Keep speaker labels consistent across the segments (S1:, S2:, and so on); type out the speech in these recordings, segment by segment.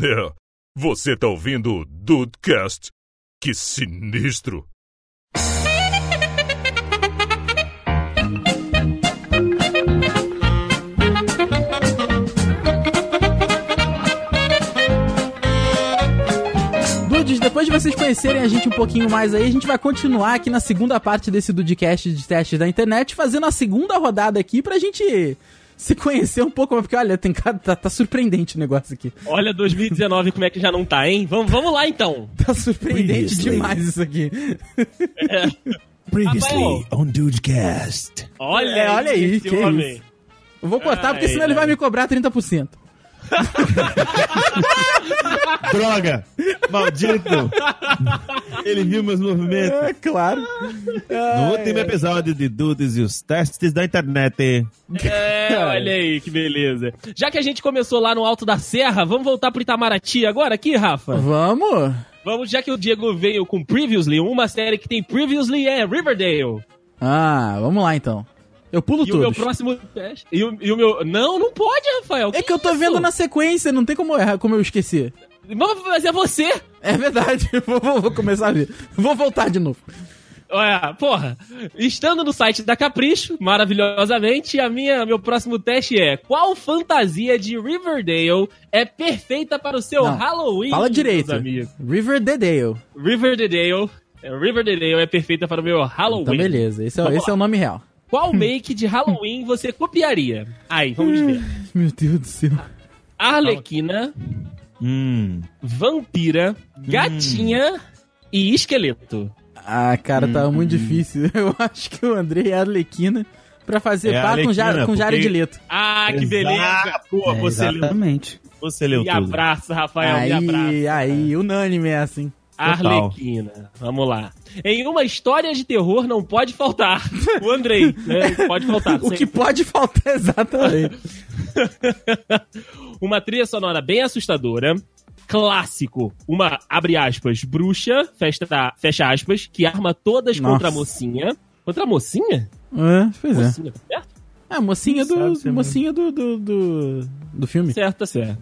S1: É, você tá ouvindo o Dudecast? Que sinistro!
S2: Dudes, depois de vocês conhecerem a gente um pouquinho mais aí, a gente vai continuar aqui na segunda parte desse Dudcast de testes da internet, fazendo a segunda rodada aqui pra gente se conhecer um pouco, porque olha, tem cada, tá, tá surpreendente o negócio aqui.
S3: Olha 2019 como é que já não tá, hein? Vamos, vamos lá então.
S2: Tá surpreendente
S4: Previously.
S2: demais isso aqui.
S4: Previously
S3: Rafael.
S4: on Dudecast.
S3: Olha,
S2: É, olha aí,
S3: esse
S2: que
S3: homem.
S2: Eu vou cortar, porque
S3: Ai,
S2: senão ele
S3: ai.
S2: vai me cobrar 30%.
S4: Droga! Maldito! Ele viu meus movimentos.
S2: É claro.
S4: No último episódio de Dudes e os Testes da Internet.
S3: É, olha aí, que beleza. Já que a gente começou lá no Alto da Serra, vamos voltar pro Itamaraty agora aqui, Rafa?
S2: Vamos?
S3: Vamos, já que o Diego veio com Previously, uma série que tem Previously é Riverdale.
S2: Ah, vamos lá então. Eu pulo
S3: E o meu
S2: tudo.
S3: próximo teste. E o, e o meu. Não, não pode, Rafael.
S2: É que eu tô vendo na sequência, não tem como errar, como eu esqueci.
S3: Mas mas é você!
S2: É verdade, vou, vou- vou começar a ver. Vou voltar de novo.
S3: Olha, porra, estando no site da Capricho, maravilhosamente, a minha, meu próximo teste é: qual fantasia de Riverdale é perfeita para o seu
S2: Não,
S3: Halloween?
S2: Fala direito.
S3: meus amigos?
S2: River the Dale.
S3: Riverdale, é, Riverdale é perfeita para o meu Halloween.
S2: Então beleza, esse, é,
S3: Vamos
S2: esse é o nome real.
S3: Qual make de Halloween você copiaria? Aí, vamos ver.
S2: Meu Deus do céu.
S3: Arlequina,
S4: Hum.
S3: vampira,
S2: Hum.
S3: gatinha e esqueleto.
S2: Ah, cara,
S4: Hum,
S2: tá muito difícil. Eu acho que o Andrei é a Arlequina pra fazer
S4: É a
S2: pá com, jar,
S4: Arlequina,
S2: com Jara
S4: porque-
S2: de Leto.
S3: Ah, que
S4: Exato.
S3: beleza!
S2: É,
S3: Boa, você leu.
S5: Exatamente.
S4: Você leu
S3: Me
S4: tudo.
S3: abraça, Rafael, me abraça.
S2: Aí, aí, unânime é assim.
S4: Total.
S3: Arlequina. Vamos lá. Em uma história de terror não pode faltar. O Andrei, né? Pode
S4: Tá,
S3: faltar.
S2: O que pode faltar é exatamente.
S3: Uma trilha sonora bem assustadora. Clássico. Uma, abre aspas, bruxa, fecha, fecha aspas, que arma todas
S2: Nossa.
S3: contra a mocinha. Contra a mocinha?
S2: Ah, pois é.
S3: Mocinha, tá certo?
S2: É, mocinha do.
S4: Sabe ser
S2: mocinha do, do, do. do filme.
S3: Certo, tá certo.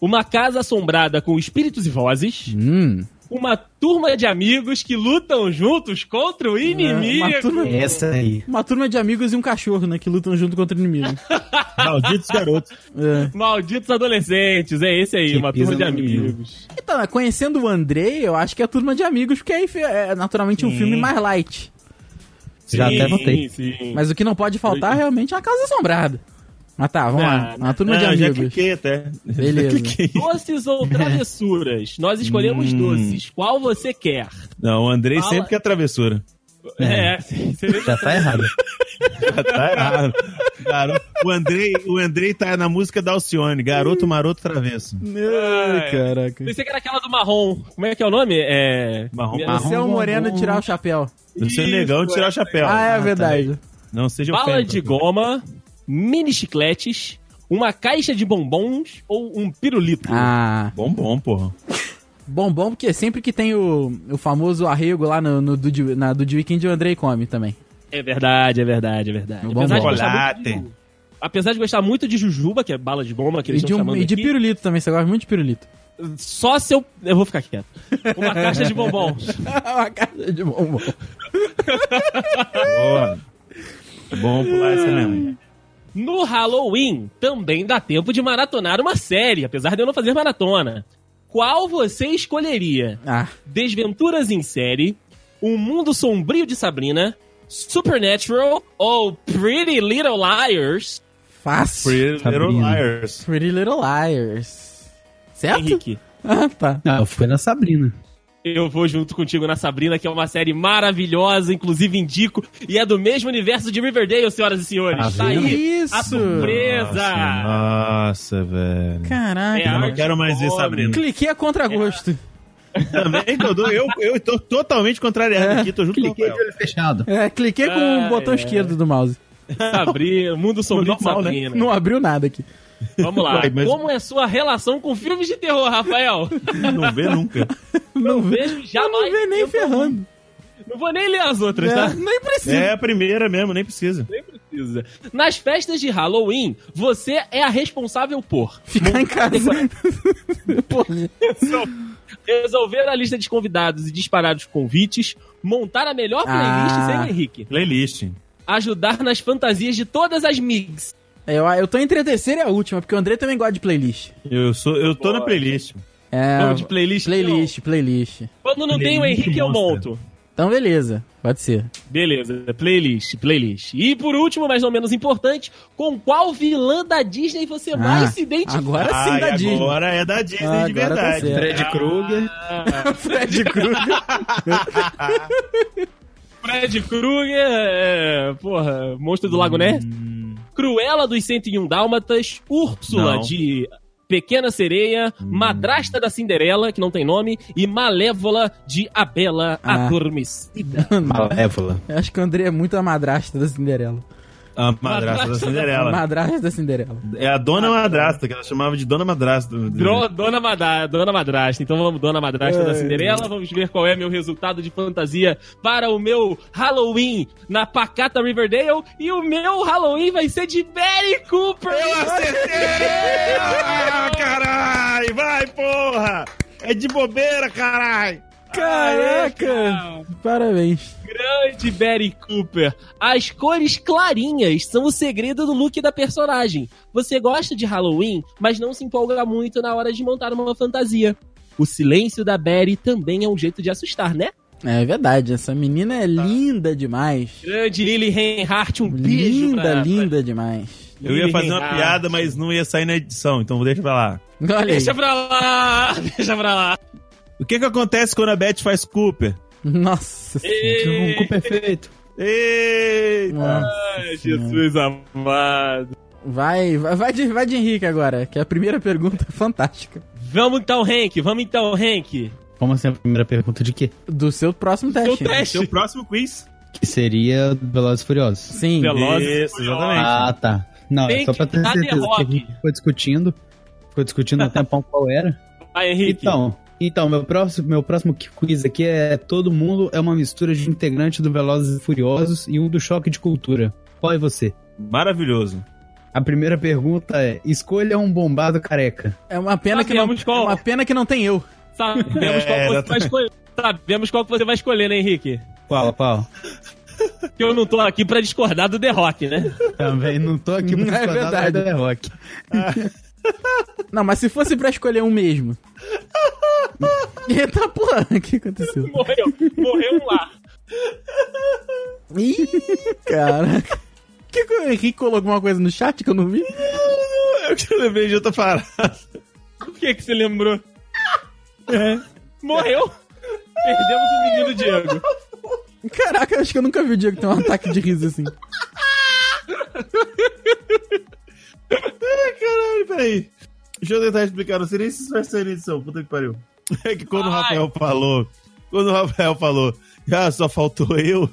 S3: Uma casa assombrada com espíritos e vozes.
S2: Hum.
S3: Uma turma de amigos que lutam juntos contra o inimigo.
S2: É, uma turma-
S5: Essa aí.
S2: Uma turma de amigos e um cachorro, né? Que lutam junto contra o inimigo.
S4: Malditos garotos.
S2: É.
S3: Malditos adolescentes, é esse aí,
S5: Que
S3: uma turma
S5: pisa
S3: de
S5: no inimigo.
S3: amigos.
S2: Então, né, conhecendo o Andrei, eu acho que é a turma de amigos, porque é, é naturalmente um
S4: Sim.
S2: filme mais light.
S5: Já até notei.
S3: Sim.
S2: Mas o que não pode faltar realmente é uma casa assombrada. Mas tá, vamos lá.
S3: Ah,
S2: Uma turma de
S4: Ah, já
S2: amigos.
S4: cliquei até.
S2: Beleza.
S4: Já cliquei.
S3: Doces ou travessuras? Nós escolhemos
S4: Hum.
S3: doces. Qual você quer?
S4: Não, o Andrei
S3: Fala.
S4: sempre que é travessura.
S3: É, você vê que
S5: Já tá errado.
S4: Já tá errado. Garoto. O Andrei, o Andrei tá na música da Alcione. Garoto, maroto, travesso.
S2: Ai, caraca.
S3: pensei que era aquela do marrom. Como é que é o nome? É.
S4: Marrom.
S3: Minha-
S2: Você é um moreno de tirar o chapéu.
S4: Você é
S3: Isso,
S4: negão de tirar o chapéu.
S2: Ah, é
S4: tá.
S2: verdade.
S4: Não seja
S3: Bala
S4: ofensa.
S3: de goma, mini chicletes, uma caixa de bombons ou um pirulito?
S2: Ah,
S4: Bom, bom, porra.
S2: bom, bom, porque sempre que tem o, o famoso arrego lá no, no do, na, do Weekend, o Andrei come também.
S3: É verdade, é verdade, é verdade.
S2: Um bombom.
S3: Apesar de, gostar muito
S4: Chocolate.
S3: de, apesar de gostar muito de jujuba, que é bala de goma, que
S2: E
S3: eles
S2: de,
S3: estão
S2: um,
S3: chamando
S2: e de
S3: aqui,
S2: pirulito também, você gosta muito de pirulito.
S3: só se eu... Eu vou ficar quieto. Uma caixa de bombons.
S2: Uma caixa de bombom.
S4: Boa. Bom pular essa mesmo.
S3: No Halloween, também dá tempo de maratonar uma série, apesar de eu não fazer maratona. Qual você escolheria?
S2: Ah,
S3: Desventuras em série, Um Mundo Sombrio de Sabrina, Supernatural ou Pretty Little Liars?
S2: fácil.
S4: Pretty Little
S5: Sabrina.
S4: Liars.
S2: Pretty Little Liars. Certo?
S3: Henrique,
S2: Ah, tá.
S5: Ah, eu fui na Sabrina.
S3: eu vou junto contigo na Sabrina, que é uma série maravilhosa, inclusive indico, e é do mesmo universo de Riverdale, senhoras e
S5: Tá
S3: senhores. Tá
S5: vendo?
S3: aí
S2: Isso!
S3: a surpresa!
S4: Nossa, nossa, velho.
S2: Caraca.
S3: É
S4: Eu não
S3: arte
S4: quero mais ver
S3: pobre.
S4: Sabrina.
S2: Cliquei a contragosto.
S4: Também, Dodô, eu, eu tô totalmente contrariado aqui, tô junto com o
S5: Cliquei de
S4: Rafael.
S5: olho fechado.
S2: É, cliquei com o
S3: Ah,
S2: botão
S3: é.
S2: esquerdo do mouse.
S3: Sabrina, Um Mundo Sombrio de
S4: Normal, né?
S3: Sabrina.
S2: Não é. abriu nada aqui.
S3: Vamos lá.
S4: Ué, mas-
S3: Como é sua relação com filmes de terror, Rafael?
S4: Não vê nunca.
S2: Não vê,
S3: Vejo
S2: eu não
S3: jamais.
S2: vê nem ferrando.
S3: Não vou nem ler as outras,
S2: É,
S3: tá?
S2: nem precisa.
S4: É a primeira mesmo, nem precisa.
S3: Nem precisa. precisa. Nas festas de Halloween, você é a responsável por
S2: Ficar em casa. Pô,
S3: resolver a lista de convidados e disparar os convites, montar a melhor playlist
S2: Ah.
S3: sem Henrique,
S4: Playlist.
S3: ajudar nas fantasias de todas as migs.
S2: eu, eu tô entre a terceira e a última, porque o André também gosta de playlist.
S4: Eu, sou, eu tô na
S3: Boa.
S4: playlist.
S2: É.
S3: Vamos de playlist. então?
S2: Playlist, playlist.
S3: Quando não tem o
S4: Playlist
S3: Henrique, eu
S4: monstro.
S3: monto.
S2: Então, beleza. Pode ser.
S3: Beleza, playlist, playlist. E por último, mas não menos importante, com qual vilã da Disney você
S2: Ah,
S3: É mais se identifica?
S2: Agora sim,
S4: Ai,
S2: da Disney.
S4: Agora é da Disney
S2: Ah,
S4: de
S2: agora tá
S4: verdade. Ah,
S2: certo.
S5: Fred Krueger.
S2: Fred Krueger.
S3: Fred Krueger, é, porra, Monstro do Lago Ness, Cruella dos 101 Dálmatas, Úrsula
S4: Não.
S3: de Pequena Sereia, Madrasta da Cinderela, que não tem nome, e Malévola de A Bela
S2: Ah.
S3: Adormecida.
S5: Malévola.
S2: Eu acho que o André é muito a madrasta da Cinderela.
S4: A madrasta da
S2: A
S4: Cinderela.
S2: madrasta da Cinderela.
S4: É a Dona Madrasta, que ela chamava de Dona Madrasta.
S3: Dro- Dona, Madra, Dona Madrasta, então vamos, Dona Madrasta da
S2: Ai.
S3: Cinderela, vamos ver qual é meu resultado de fantasia para o meu Halloween na Pacata Riverdale, e o meu Halloween vai ser de Mary Cooper!
S4: Eu acertei! Ah, carai! Vai, porra! É de bobeira, carai!
S2: Caraca! Parabéns.
S3: Grande Barry Cooper. As cores clarinhas são o segredo do look da personagem. Você gosta de Halloween, mas não se empolga muito na hora de montar uma fantasia. O silêncio da Barry também é um jeito de assustar, né?
S2: É verdade, essa menina é
S3: Tá.
S2: linda demais.
S3: Grande Lily Reinhardt, um beijo
S2: Linda,
S3: pra-
S2: linda demais.
S4: Eu ia fazer uma
S3: Reinhardt.
S4: piada, mas não ia sair na edição, então deixa pra lá.
S2: Olha aí.
S3: Deixa pra lá, deixa pra lá.
S4: O que que acontece quando a Beth faz Cooper?
S2: Nossa senhora.
S5: Um cu perfeito.
S4: Eita!
S2: Nossa
S3: Ai,
S2: senhora.
S3: Jesus amado.
S2: Vai, vai, vai de, vai de Henrique agora, que a primeira pergunta é fantástica.
S3: Vamos então, Hank, vamos então, Hank.
S5: Vamos assim, a primeira pergunta de quê?
S2: Do seu próximo
S3: Seu
S2: teste.
S3: teste.
S4: Seu próximo quiz.
S5: Que seria Velozes e Furiosos.
S2: Sim.
S3: Velozes e
S4: Isso,
S3: Furiosos.
S4: exatamente.
S5: Ah, tá. Não,
S3: Tem
S5: é só
S3: que
S5: pra ter
S3: dar
S5: certeza
S3: derrota.
S5: que a gente ficou discutindo. Ficou discutindo há um tempão qual era.
S3: Vai, Henrique.
S5: Então, então meu, próximo, meu próximo quiz aqui é Todo Mundo é uma mistura de integrante do Velozes e Furiosos e um do Choque de Cultura. Qual é você?
S4: Maravilhoso.
S5: A primeira pergunta é, escolha um bombado careca.
S2: É uma pena que não, é
S3: Sabemos qual.
S2: uma pena que não tem eu.
S3: Sabemos qual
S4: É,
S3: que você vai escolher. Sabemos qual que você vai escolher, né, Henrique?
S5: Qual, qual?
S3: que eu não tô aqui pra discordar do The Rock, né?
S5: Também não tô aqui
S2: Não, é
S5: pra discordar
S2: verdade.
S5: da The Rock.
S2: Não, mas se fosse pra escolher um mesmo. Eita porra, o que aconteceu?
S3: Morreu, morreu um lá.
S2: Ih, caraca. Que que o Henrique colocou alguma coisa no chat que eu não vi?
S4: Eu que lembrei de outra parada.
S3: O que que você lembrou? É, Morreu. Perdemos o menino Diego.
S2: Caraca, acho que eu nunca vi o Diego ter um ataque de riso assim.
S4: Caralho, peraí. Deixa eu tentar explicar, não sei nem se isso vai sair na edição, puta que pariu. É que quando o
S3: Ai.
S4: Rafael falou, quando o Rafael falou, ah, só faltou eu,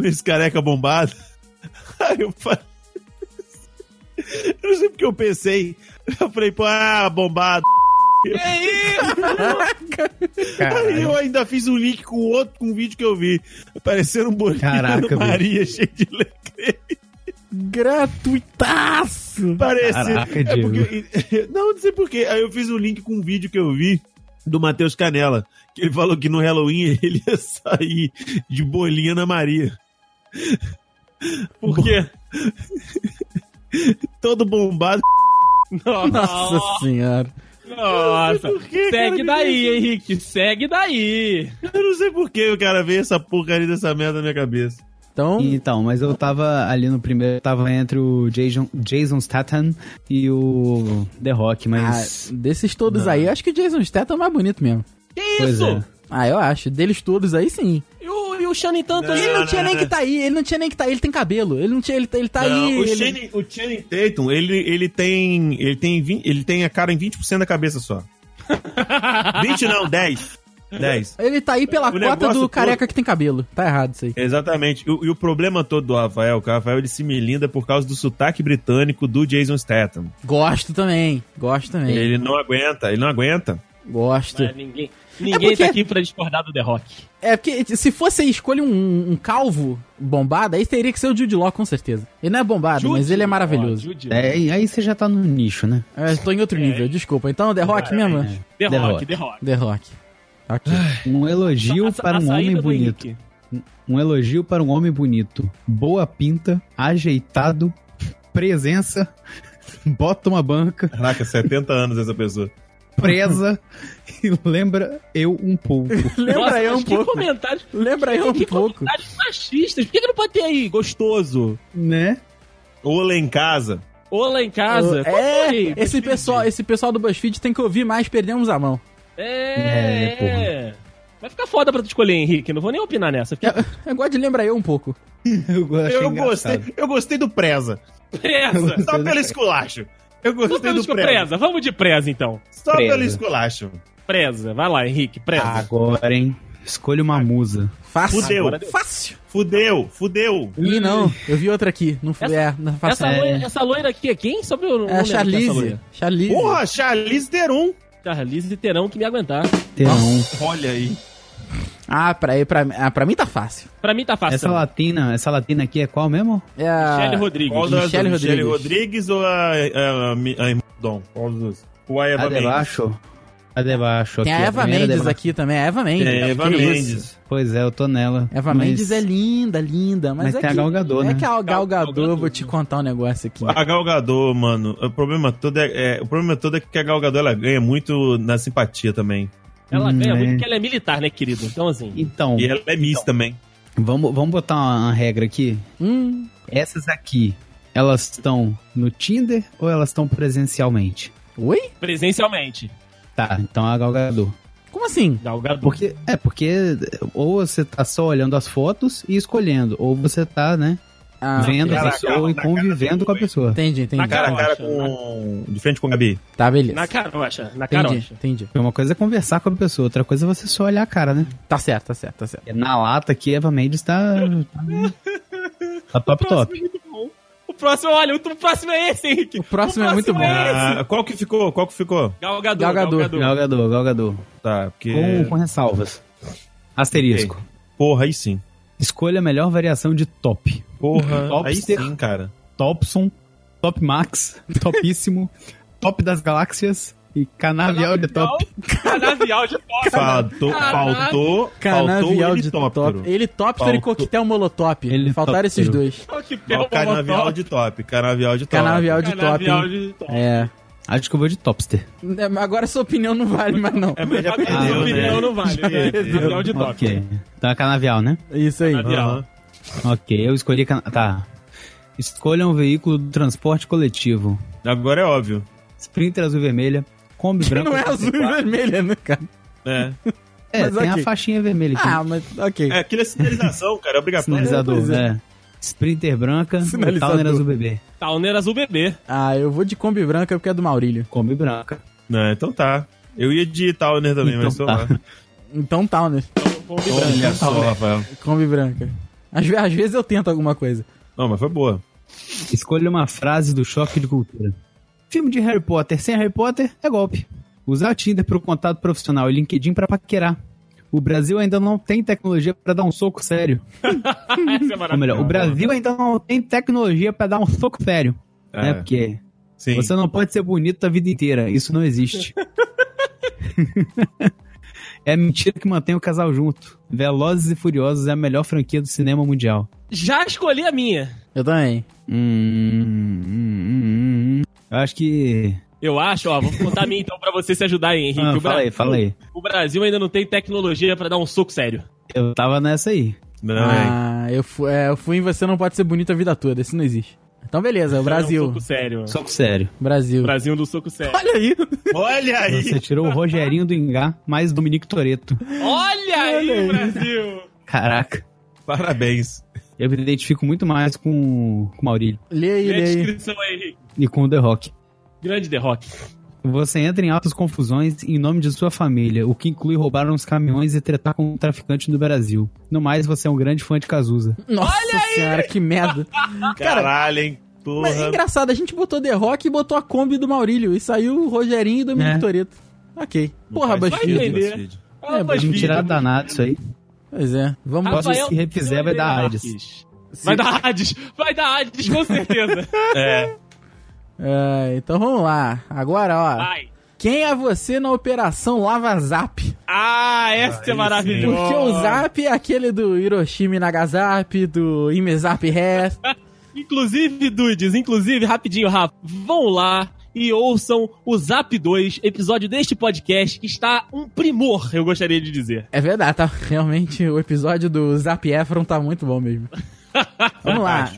S4: esse careca bombado, aí eu falei, eu não sei porque eu pensei, eu falei, pô, ah, bombado. Aí eu ainda fiz um link com outro, com um vídeo que eu vi, parecendo um bolinho
S5: Caraca,
S4: da
S5: bicho.
S4: Maria, cheio de leite.
S2: Gratuitaço!
S4: Parece.
S5: Caraca,
S4: é
S5: Diego.
S4: porque- não, não sei porquê. Aí eu fiz um link com um vídeo que eu vi do Matheus Canela, que ele falou que no Halloween ele ia sair de bolinha na Maria.
S3: Por quê?
S4: Todo bombado.
S2: Nossa
S3: Nossa.
S2: senhora.
S3: Nossa.
S4: Por quê, cara?
S3: Segue daí, Henrique. Segue daí.
S4: Eu não sei porquê o cara veio essa porcaria dessa merda na minha cabeça.
S2: Então,
S5: Então, mas eu tava ali no primeiro, eu tava entre o Jason, Jason Statham e o The Rock, mas...
S2: ah, desses todos aí, eu acho que o Jason Statham é mais bonito mesmo.
S3: Que
S5: pois
S3: isso?
S5: é.
S2: Ah, eu acho. Deles todos aí, sim.
S3: E
S2: Então,
S3: o, e o Shannon tanto
S2: Ele não
S4: não,
S2: tinha
S4: não,
S3: é.
S2: nem
S4: não.
S2: que tá aí, ele não tinha nem que tá aí, ele tem cabelo. Ele não tinha, ele, tá- ele tá
S4: Não,
S2: aí.
S4: o,
S2: ele-
S4: Channing, o Channing Tatum, ele, ele tem. Ele tem, vin- ele tem a cara em 20% da cabeça só. 20 não, 10. 10.
S2: Ele tá aí pela
S4: O
S2: cota
S4: negócio
S2: do
S4: todo-
S2: careca que tem cabelo. Tá errado isso aí.
S4: Exatamente. E, o- e o problema todo do Rafael, que o Rafael ele se melinda por causa do sotaque britânico do Jason Statham.
S2: Gosto também, gosto também.
S4: Ele não aguenta, ele não aguenta.
S2: Gosto.
S3: Mas é ninguém ninguém
S2: porque-
S3: tá aqui pra discordar do The Rock.
S2: É, porque se fosse escolha um, um calvo bombado, aí teria que ser o Jude Law, com certeza. Ele não é bombado, mas
S3: Jude
S2: ele é
S3: Law,
S2: maravilhoso.
S3: Jude É. Law.
S5: É, e aí você já tá no nicho, né?
S2: Eu tô em outro nível, desculpa. Então, The Rock mesmo?
S3: The,
S5: The
S3: Rock,
S5: Rock.
S3: The Rock.
S2: The Rock. Ok.
S5: Um elogio
S3: A- a-
S5: para
S3: a
S5: um
S3: saída
S5: homem
S3: do
S5: bonito.
S3: Henrique.
S5: Um elogio para um homem bonito. Boa pinta, ajeitado, presença, bota uma banca,
S4: Caraca, 70 anos essa pessoa.
S5: presa e lembra eu um pouco.
S2: Lembra
S3: Nossa,
S2: eu
S3: mas
S2: um
S3: que
S2: pouco.
S3: comentários,
S2: Lembra eu um
S3: que
S2: pouco.
S3: comentários machistas. Por que, que não pode ter aí gostoso?
S5: né?
S4: Ou lá em casa.
S3: Ou lá em casa? Qual
S2: É,
S3: foi?
S2: esse pessoal, esse pessoal do BuzzFeed tem que ouvir mais, perdemos a mão.
S5: É,
S3: É, é. Vai ficar foda pra tu escolher, Henrique. Não vou nem opinar nessa. Fica
S2: Eu gosto de lembrar eu um pouco.
S5: Eu, achei
S4: Eu
S5: engraçado.
S4: gostei, eu gostei do Preza.
S3: presa.
S4: Só pelo esculacho. Eu
S3: Só
S4: gostei
S3: pelo
S4: do
S3: esco-
S4: Preza.
S3: presa. Vamos de presa, então.
S4: Só
S5: Preza.
S4: pelo esculacho.
S3: Presa. Vai lá, Henrique.
S5: Ah,
S3: Presa.
S5: Agora, hein? Escolha uma musa.
S2: Fácil.
S4: Fudeu.
S2: Agora deu. Fácil.
S4: Fudeu, fudeu.
S2: Ih, não. Eu vi outra aqui. Não fui.
S3: Essa-
S2: É, não faço.
S3: essa,
S5: é.
S3: loira, essa loira aqui é quem? Só pra eu não
S2: É a
S3: lembro quem é essa
S2: Charlize.
S3: loira.
S2: Charlize.
S4: Porra, Charlize Theron.
S3: Charlize terão que me aguentar.
S5: Terão.
S4: Olha aí.
S2: Ah, pra, pra, ah, pra mim tá fácil.
S3: Pra mim tá fácil.
S5: Essa latina, essa latina aqui é qual mesmo?
S2: É a-
S3: Michelle Rodrigues.
S4: Qual das
S2: Michelle
S4: duas? Michelle
S2: Rodrigues.
S4: Rodrigues ou a, a, a, mi- a irmã do Dom? Qual dos dois? Ou a
S5: A
S4: É Eva Mendes?
S5: debaixo. A Tá debaixo.
S2: Tá Tem
S5: aqui,
S2: a Eva
S5: primeira
S2: Mendes
S5: debaixo.
S2: aqui também. A Eva Mendes.
S4: É,
S2: Que
S4: Eva
S2: isso.
S4: Mendes.
S5: Pois é, eu tô nela.
S2: Eva
S5: Mas-
S2: Mendes é linda, linda. Mas,
S5: mas
S2: é
S5: tem a
S2: que,
S5: Gal Gadot,
S2: é
S5: né?
S2: que a Gal
S3: Gal
S2: Gadot,
S3: Gadot,
S2: vou te contar um negócio aqui.
S4: A Galgador, mano, o problema todo é, é- o problema todo é que a Galgador ela ganha muito na simpatia também.
S3: Ela
S5: Hum,
S3: ganha
S5: é.
S3: muito porque ela é militar, né, querido? Então, assim.
S5: Então,
S4: E ela é Miss também.
S5: vamos, vamos botar uma, uma regra aqui.
S2: Hum,
S5: Essas aqui, elas estão no Tinder ou elas estão presencialmente?
S2: oi?
S3: Presencialmente.
S5: Tá, então é a Galgador.
S2: Como assim?
S3: Galgador.
S5: Porque, é, porque ou você tá só olhando as fotos e escolhendo, ou você tá, né,
S2: Ah,
S5: vendo a
S4: cara,
S5: pessoa
S4: cara,
S5: e
S4: cara,
S5: convivendo com a pessoa.
S2: Entendi, entendi.
S3: Na
S4: Cara a cara
S3: Caraca.
S5: né?
S4: com. De frente com a Gabi.
S2: Tá, beleza.
S3: Na carocha. Na
S2: Entendi,
S3: carocha.
S2: entendi.
S5: Uma coisa é conversar com a pessoa, outra coisa é você só olhar a cara, né?
S2: Tá certo, tá certo, tá certo.
S5: É Na lata aqui, Eva Mendes tá. tá top top.
S3: é muito bom. O próximo, olha, o próximo é esse, Henrique.
S2: O próximo é muito bom.
S4: Ah, qual que ficou? Qual que ficou?
S3: Galgador.
S2: Galgador.
S3: Galgador.
S5: Galgador, Galgador.
S4: Tá, porque.
S5: Com, com ressalvas. Asterisco.
S4: Porra, aí sim.
S5: Escolha a melhor variação de top.
S4: Porra,
S5: Top
S4: aí
S5: ser.
S4: sim, cara.
S5: Topson, Top Max, Topíssimo, Top das Galáxias e Canavial de é Top.
S3: Canavial de top.
S4: Faltou,
S3: Caraca.
S4: faltou, faltou
S2: Canavial
S4: o
S2: de
S4: helicóptero.
S2: top. Helicóptero e
S4: Faltou.
S2: coquetel molotov.
S5: Helicóptero.
S2: Faltaram esses dois.
S3: Então, Que pé,
S4: Não,
S3: o
S4: Canavial
S3: Molotov.
S4: de top, canavial de top.
S2: Canavial de top.
S3: Canavial
S2: hein?
S3: de top.
S2: É.
S5: Acho que eu vou de Topster.
S2: É, mas Agora sua opinião não vale mais, não.
S4: É, mas já
S3: A minha
S5: Ah,
S4: perdeu,
S3: opinião
S4: né?
S3: não vale. né? Canavial de top.
S5: Ok. Então é Canavial, né?
S2: É Isso aí.
S3: Canavial.
S4: Aham.
S5: Ok, eu escolhi cana... Tá. Escolha um veículo do transporte coletivo.
S4: Agora é óbvio.
S5: Sprinter azul e vermelha, Kombi branca.
S2: Não é azul e vermelha, né, cara?
S4: É.
S5: É,
S2: mas
S5: tem
S2: ok.
S5: a faixinha vermelha aqui.
S2: Ah, mas ok.
S4: É, aquilo é sinalização, cara, é obrigatório.
S5: Sinalizador,
S2: pois é.
S5: né? Sprinter branca,
S2: Sinalizador.
S5: Towner azul bebê.
S3: Towner azul bebê.
S2: Ah, eu vou de Kombi branca porque é do Maurílio.
S5: Kombi branca.
S4: Não, então tá. Eu ia de Towner também,
S5: Então
S4: mas tô
S5: tá.
S4: lá.
S2: Então tá, né?
S4: Olha só, Rafael.
S2: Kombi branca. Às, ve- às vezes eu tento alguma coisa.
S4: Não, mas foi boa.
S5: Escolha uma frase do choque de cultura. Filme de Harry Potter sem Harry Potter é golpe. Usar o Tinder para o contato profissional e LinkedIn para paquerar. O Brasil ainda não tem tecnologia para dar um soco sério.
S3: Essa é
S5: Ou melhor, o
S3: maravilhosa.
S5: Brasil ainda não tem tecnologia para dar um soco sério. Né?
S4: É,
S5: Porque
S4: sim.
S5: você não pode ser bonito a vida inteira. Isso não existe. é mentira que mantém o casal junto. Velozes e Furiosos é a melhor franquia do cinema mundial.
S3: Já escolhi a minha.
S2: Eu também.
S5: Hum, hum, hum, hum. Eu acho que.
S3: Eu acho, ó, vou contar a minha então pra você se ajudar aí, Henrique.
S5: Ah,
S3: O
S5: fala aí,
S3: Brasil-
S5: fala aí.
S3: O Brasil ainda não tem tecnologia pra dar um soco sério.
S5: Eu tava nessa aí.
S4: Não, é.
S2: Ah, eu, fu é, eu fui em Você Não Pode Ser Bonito a Vida Toda. Isso não existe. Então beleza, o
S3: Não,
S2: Brasil.
S3: um soco sério.
S5: Só que sério.
S2: Brasil.
S3: Brasil do soco sério.
S2: Olha aí.
S4: Olha aí!
S5: Você tirou o Rogerinho do Engá, mais Dominique Toreto.
S3: Olha aí, Brasil!
S5: Caraca.
S4: Parabéns.
S5: Eu me identifico muito mais com com o Maurílio
S2: Lê aí,
S3: Grande
S2: lê aí.
S3: descrição aí, Henrique.
S5: e com o The Rock.
S3: Grande The Rock.
S5: Você entra em altas confusões em nome de sua família, o que inclui roubar uns caminhões e tretar com um traficante do Brasil. No mais, você é um grande fã de Cazuza.
S2: Nossa senhora, que merda.
S4: Ah, Caralho, hein?
S2: Mas é
S4: Porra.
S2: engraçado, a gente botou The Rock e botou a Kombi do Maurílio. E saiu o Rogerinho e o Dominique
S5: É.
S2: Toretto. Ok. Porra,
S4: Não faz
S2: BuzzFeed.
S4: sentido,
S3: entender.
S4: BuzzFeed.
S3: Ah,
S5: Vamos
S3: filho,
S5: tirar danado isso aí.
S2: Pois é. Vamos.
S5: Rafael- se refizer, vai dar AIDS.
S3: Leonardes. Vai dar AIDS. Vai dar AIDS, com certeza.
S2: É, então vamos lá. Agora, ó.
S3: Vai.
S2: Quem é você na Operação Lava Zap?
S3: Ah, essa é maravilhosa.
S2: Porque o Zap é aquele do Hiroshima e Nagasap, do Imezap Rest.
S3: Inclusive, dudes, inclusive, rapidinho, Rafa, vão lá e ouçam o Zap 2, episódio deste podcast, que está um primor, eu gostaria de dizer.
S2: É verdade, tá? Realmente o episódio do Zap Efron tá muito bom mesmo. Vamos lá.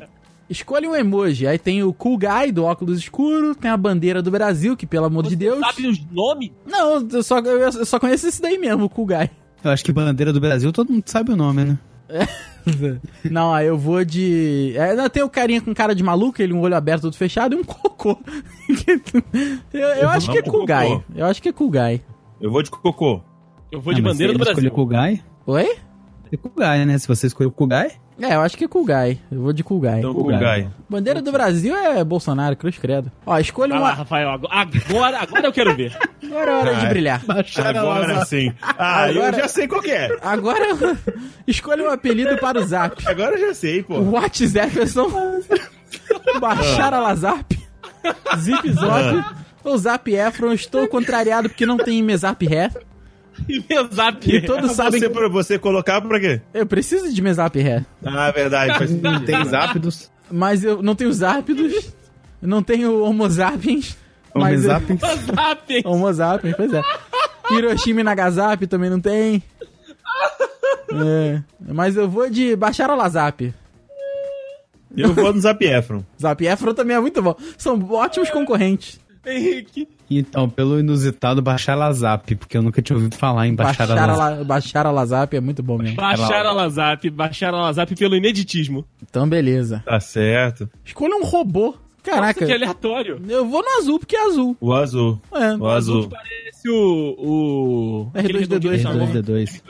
S2: Escolha um emoji. Aí tem o Cool Guy do óculos escuro, tem a bandeira do Brasil, que pelo amor de Deus.
S3: Sabe os nomes?
S2: Não, eu só, eu só conheço esse daí mesmo, o Cool Guy.
S5: Eu acho que bandeira do Brasil, todo mundo sabe o nome, né?
S2: Não, aí eu vou de. É, não, tem o carinha com cara de maluco, ele um olho aberto, todo fechado, e um cocô. eu, eu acho que é Cool Guy. Eu acho que é Cool Guy.
S4: Eu vou de cocô.
S3: Eu vou de
S5: Ah, mas
S3: bandeira
S5: se
S3: do
S5: ele
S3: Brasil.
S5: escolheu Kugai?
S2: Oi?
S5: É Kugai, né? Se você escolheu Kugai,
S2: É, eu acho que é Cool Guy. Eu vou de Cool Guy.
S4: Então, Kugai.
S2: Bandeira do Brasil é Bolsonaro, cruz credo. Ó, escolha
S3: Vai lá,
S2: uma.
S3: Rafael, agora- agora, agora eu quero ver.
S2: Agora é hora de
S4: Ai.
S2: brilhar.
S5: baixaram
S4: Agora sim. Ah,
S2: Agora-
S4: eu já sei qual que é.
S2: Agora escolha um apelido para o Zap.
S4: Agora eu já sei, pô.
S2: What Jefferson, Baixar a Lazap, Zip
S4: Ah,
S2: Zop, ou Zap Efron, estou contrariado porque não tem Mesap Ré.
S3: E meu Zap.
S2: E todos sabem.
S4: Você, pra você colocar pra quê?
S2: Eu preciso de Mesap Ré.
S4: Ah, verdade. Faz...
S5: Não tem Zapdos.
S2: Mas eu não tenho Zápidos, não tenho Homo Zapiens. Mas eu-
S5: Zap.
S3: é Zap, hein?
S2: Homo Zapiens, pois é. Hiroshima e Nagasap também não tem. É, mas eu vou de Baixar a Lazap.
S4: Eu vou no Zap Efron.
S2: Zap Efron também é muito bom. São ótimos concorrentes.
S3: Henrique.
S5: Então, pelo inusitado, baixar a Zap, porque eu nunca tinha ouvido falar em baixar
S2: Baixar
S5: a Zap.
S2: a, La... Baixar a Lazap é muito bom mesmo.
S3: Baixaram a Lazap, baixaram a Lazap pelo ineditismo.
S2: Então, beleza.
S4: Tá certo.
S2: Escolha um robô. Caraca,
S3: Nossa, que aleatório.
S2: eu vou no azul porque é azul.
S4: O azul.
S2: É,
S4: O azul. tá
S3: Parece o. o... aquele é
S2: R2D2
S3: redondinho
S2: também.
S3: chamado
S5: R2D2.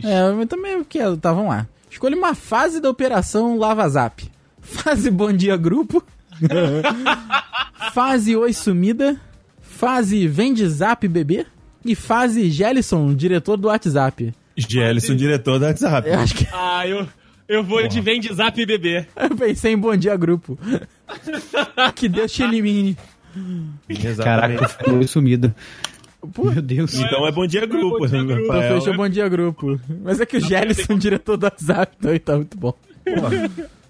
S3: R2D2.
S2: é eu também porque é azul. Tá, vamos lá. Escolha uma fase da operação Lava Zap. Fase Bom Dia Grupo. fase Oi Sumida. Fase Vende Zap Bebê. E fase Gelison, diretor do WhatsApp.
S4: Gelson, diretor da WhatsApp.
S2: Eu acho que
S3: Ah, eu, eu vou de vende zap bebê.
S2: eu pensei em Bom Dia Grupo. que Deus te elimine.
S4: Exatamente.
S5: Caraca, ficou sumido.
S2: Pô,
S5: Meu Deus.
S4: Então é bom dia grupo,
S3: Bom Dia
S4: né,
S3: Grupo.
S2: Então
S4: Rafael?
S2: fechou Bom Dia Grupo. Mas é que o Gelison, diretor do WhatsApp, também tá muito bom.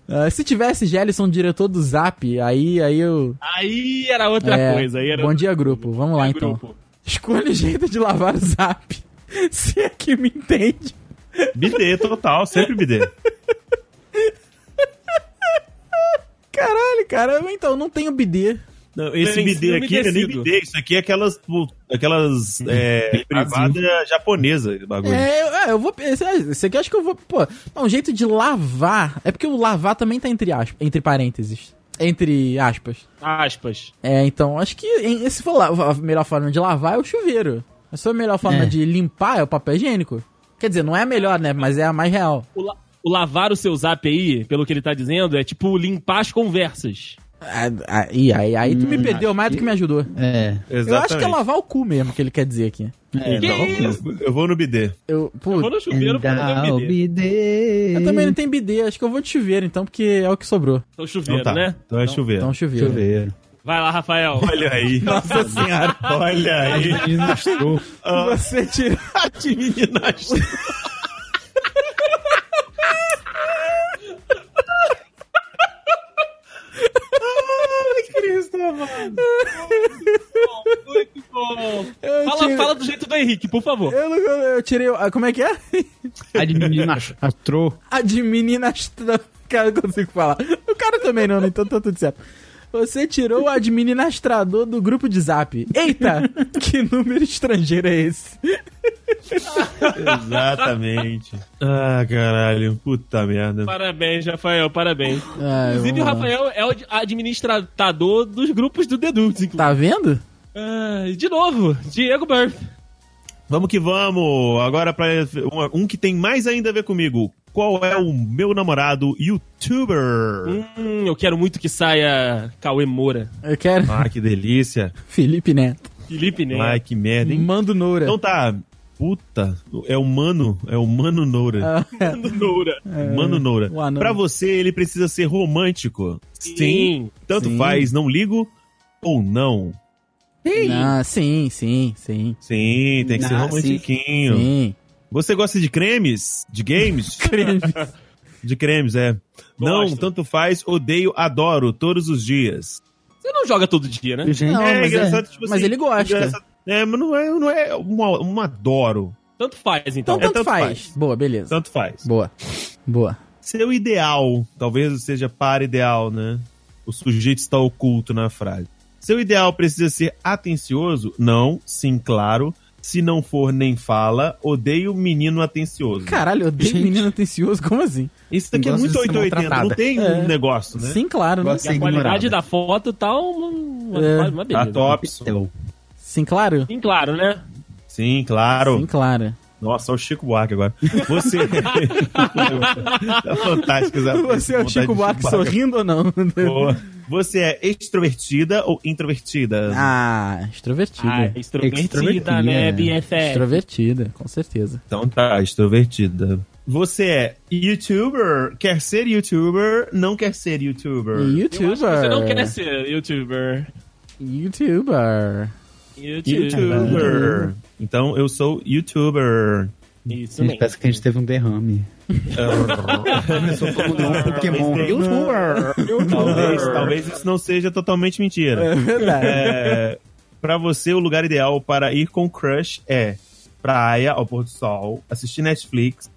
S2: Ah, se tivesse Gelison, diretor do Zap, aí, aí eu...
S3: Aí era outra
S2: é,
S3: coisa. Aí era
S2: Bom Dia Grupo, vamos lá então. Escolha o jeito de lavar o Zap, se é que me entende.
S4: Bidê total, sempre bidê.
S2: Caralho, cara, eu, então, não tenho BD.
S4: Não, esse
S3: Bem,
S4: bidê aqui não é nem
S3: umedecido.
S4: bidê, isso aqui é aquelas, pô, aquelas é, privada japonesa, esse bagulho.
S2: É, eu, é, eu vou... Você que acha que eu vou... Pô, não, um jeito de lavar... É porque o lavar também tá entre aspas, entre parênteses. Entre aspas.
S3: Aspas.
S2: É, então, acho que em- se for la- a melhor forma de lavar é o chuveiro. A sua melhor forma
S5: É.
S2: de limpar é o papel higiênico. Quer dizer, não é a melhor, né? Mas é a mais real.
S3: O, la- o lavar o seu zap aí, pelo que ele tá dizendo, é tipo limpar as conversas.
S2: Aí, aí, aí
S3: Hum,
S2: tu me perdeu mais do que me ajudou.
S5: É.
S2: Eu acho que é lavar o cu mesmo que ele quer dizer aqui.
S5: é
S3: Que
S5: não.
S3: isso?
S4: Eu vou no bidê.
S2: Eu, pô,
S3: Eu vou no é chuveiro pra fazer o bebê.
S2: eu também não tenho bidê, acho que eu vou de chuveiro então, porque é o que sobrou.
S3: Então
S4: Então
S3: chuveiro,
S4: tá,
S3: né?
S4: então é chuveiro.
S2: Então chuveiro.
S5: Chuveiro.
S3: Vai lá, Rafael.
S4: Olha aí. Nossa senhora. Olha aí.
S5: Desastrou.
S3: Ah.
S2: Você tirou.
S4: de meninas.
S3: Muito bom.
S2: Eu
S3: Fala,
S2: tirei-
S3: fala do jeito do Henrique, por favor.
S2: Eu, não- eu tirei. o- ah, Como é que é?
S5: Administrastrou.
S2: A de meninas trans. Cara, eu não consigo falar. O cara também não, então tá tudo certo. Você tirou o administrador do grupo de zap. Eita! Que número estrangeiro é esse?
S4: Exatamente. Ah, caralho. Puta merda.
S3: Parabéns, Rafael, parabéns. Inclusive,
S2: Inclusive,
S3: o Rafael é o ad- administrador dos grupos do Dedudes, inclusive.
S2: Tá vendo?
S3: Ah, e de novo, Diego Burff.
S4: Vamos que vamos. Agora pra um, um que tem mais ainda a ver comigo. Qual é o meu namorado youtuber?
S3: Um. Hum, eu quero muito que saia Cauê Moura.
S2: Eu quero.
S4: Ah, que delícia.
S2: Felipe Neto.
S3: Felipe Neto.
S4: Ai, que merda, hein?
S2: Mando Noura.
S4: Então tá. Puta, é o Mano, é o Mano Noura.
S2: Ah, é,
S3: Fernando Noura.
S4: Mano Noura.
S2: o anão.
S4: Pra você, ele precisa ser romântico. Tanto
S2: Sim.
S4: faz, não ligo ou não.
S2: Ah, sim, sim, sim.
S4: Sim, tem que ser
S5: Ah,
S4: romantiquinho.
S2: Sim.
S4: Você gosta de cremes? De games? de cremes, é. Não,
S3: Gosto.
S4: tanto faz, odeio, adoro, todos os dias.
S3: Você não joga todo dia, né?
S5: Gente,
S2: Não, mas é.
S4: tipo
S2: Mas ele gosta.
S4: engraçado- É, mas não é, não é uma, um adoro.
S3: Tanto faz, então.
S2: Então tanto,
S4: É tanto
S2: faz.
S4: faz.
S2: Boa, beleza.
S4: Tanto faz.
S2: Boa. Boa.
S4: Seu ideal, talvez seja para ideal, né? O sujeito está oculto na frase. Seu ideal precisa ser atencioso? Não, sim, claro. Se não for nem fala, odeio menino atencioso.
S2: Caralho, eu odeio
S5: Gente.
S2: menino atencioso, como assim?
S4: Isso daqui é
S5: Gosto
S4: muito
S5: de ser
S4: 880, não
S5: maltratada.
S4: tem um
S2: É.
S4: negócio, né?
S2: Sim, claro, né?
S5: Gosto
S3: E a qualidade
S5: ignorada.
S3: da foto tá uma, uma,
S2: É.
S3: uma
S4: Tá
S3: beleza.
S4: top.
S5: Então,
S2: Sim, claro.
S3: Sim, claro, né?
S4: Sim, claro.
S2: Sim, claro.
S4: Nossa, é o Chico Buarque agora. Você. é fantástico, Zé.
S2: Você é o
S4: Vontade
S2: Chico
S4: de né?
S2: Buarque
S4: chupar.
S2: sorrindo ou não?
S4: Boa. Você é extrovertida ou introvertida?
S2: Ah, extrovertido.
S3: Ah, extrovertida,
S5: Extrovertida,
S3: né,
S5: é.
S3: BFF?
S2: Extrovertida, com certeza.
S4: Então tá, extrovertida. Você é youtuber? Quer ser youtuber? Não quer ser youtuber?
S2: E
S3: Eu
S2: Youtuber.
S3: acho que você não quer ser youtuber.
S2: Youtuber.
S3: Youtuber.
S4: Youtuber. Então eu sou youtuber.
S3: Isso
S5: gente,
S3: mesmo.
S5: parece que a gente teve um derrame. um Pokémon.
S4: Talvez
S5: Youtuber!
S4: Talvez, talvez isso não seja totalmente mentira.
S2: É verdade.
S4: É, pra você, o lugar ideal para ir com crush é praia ao pôr do sol, assistir Netflix,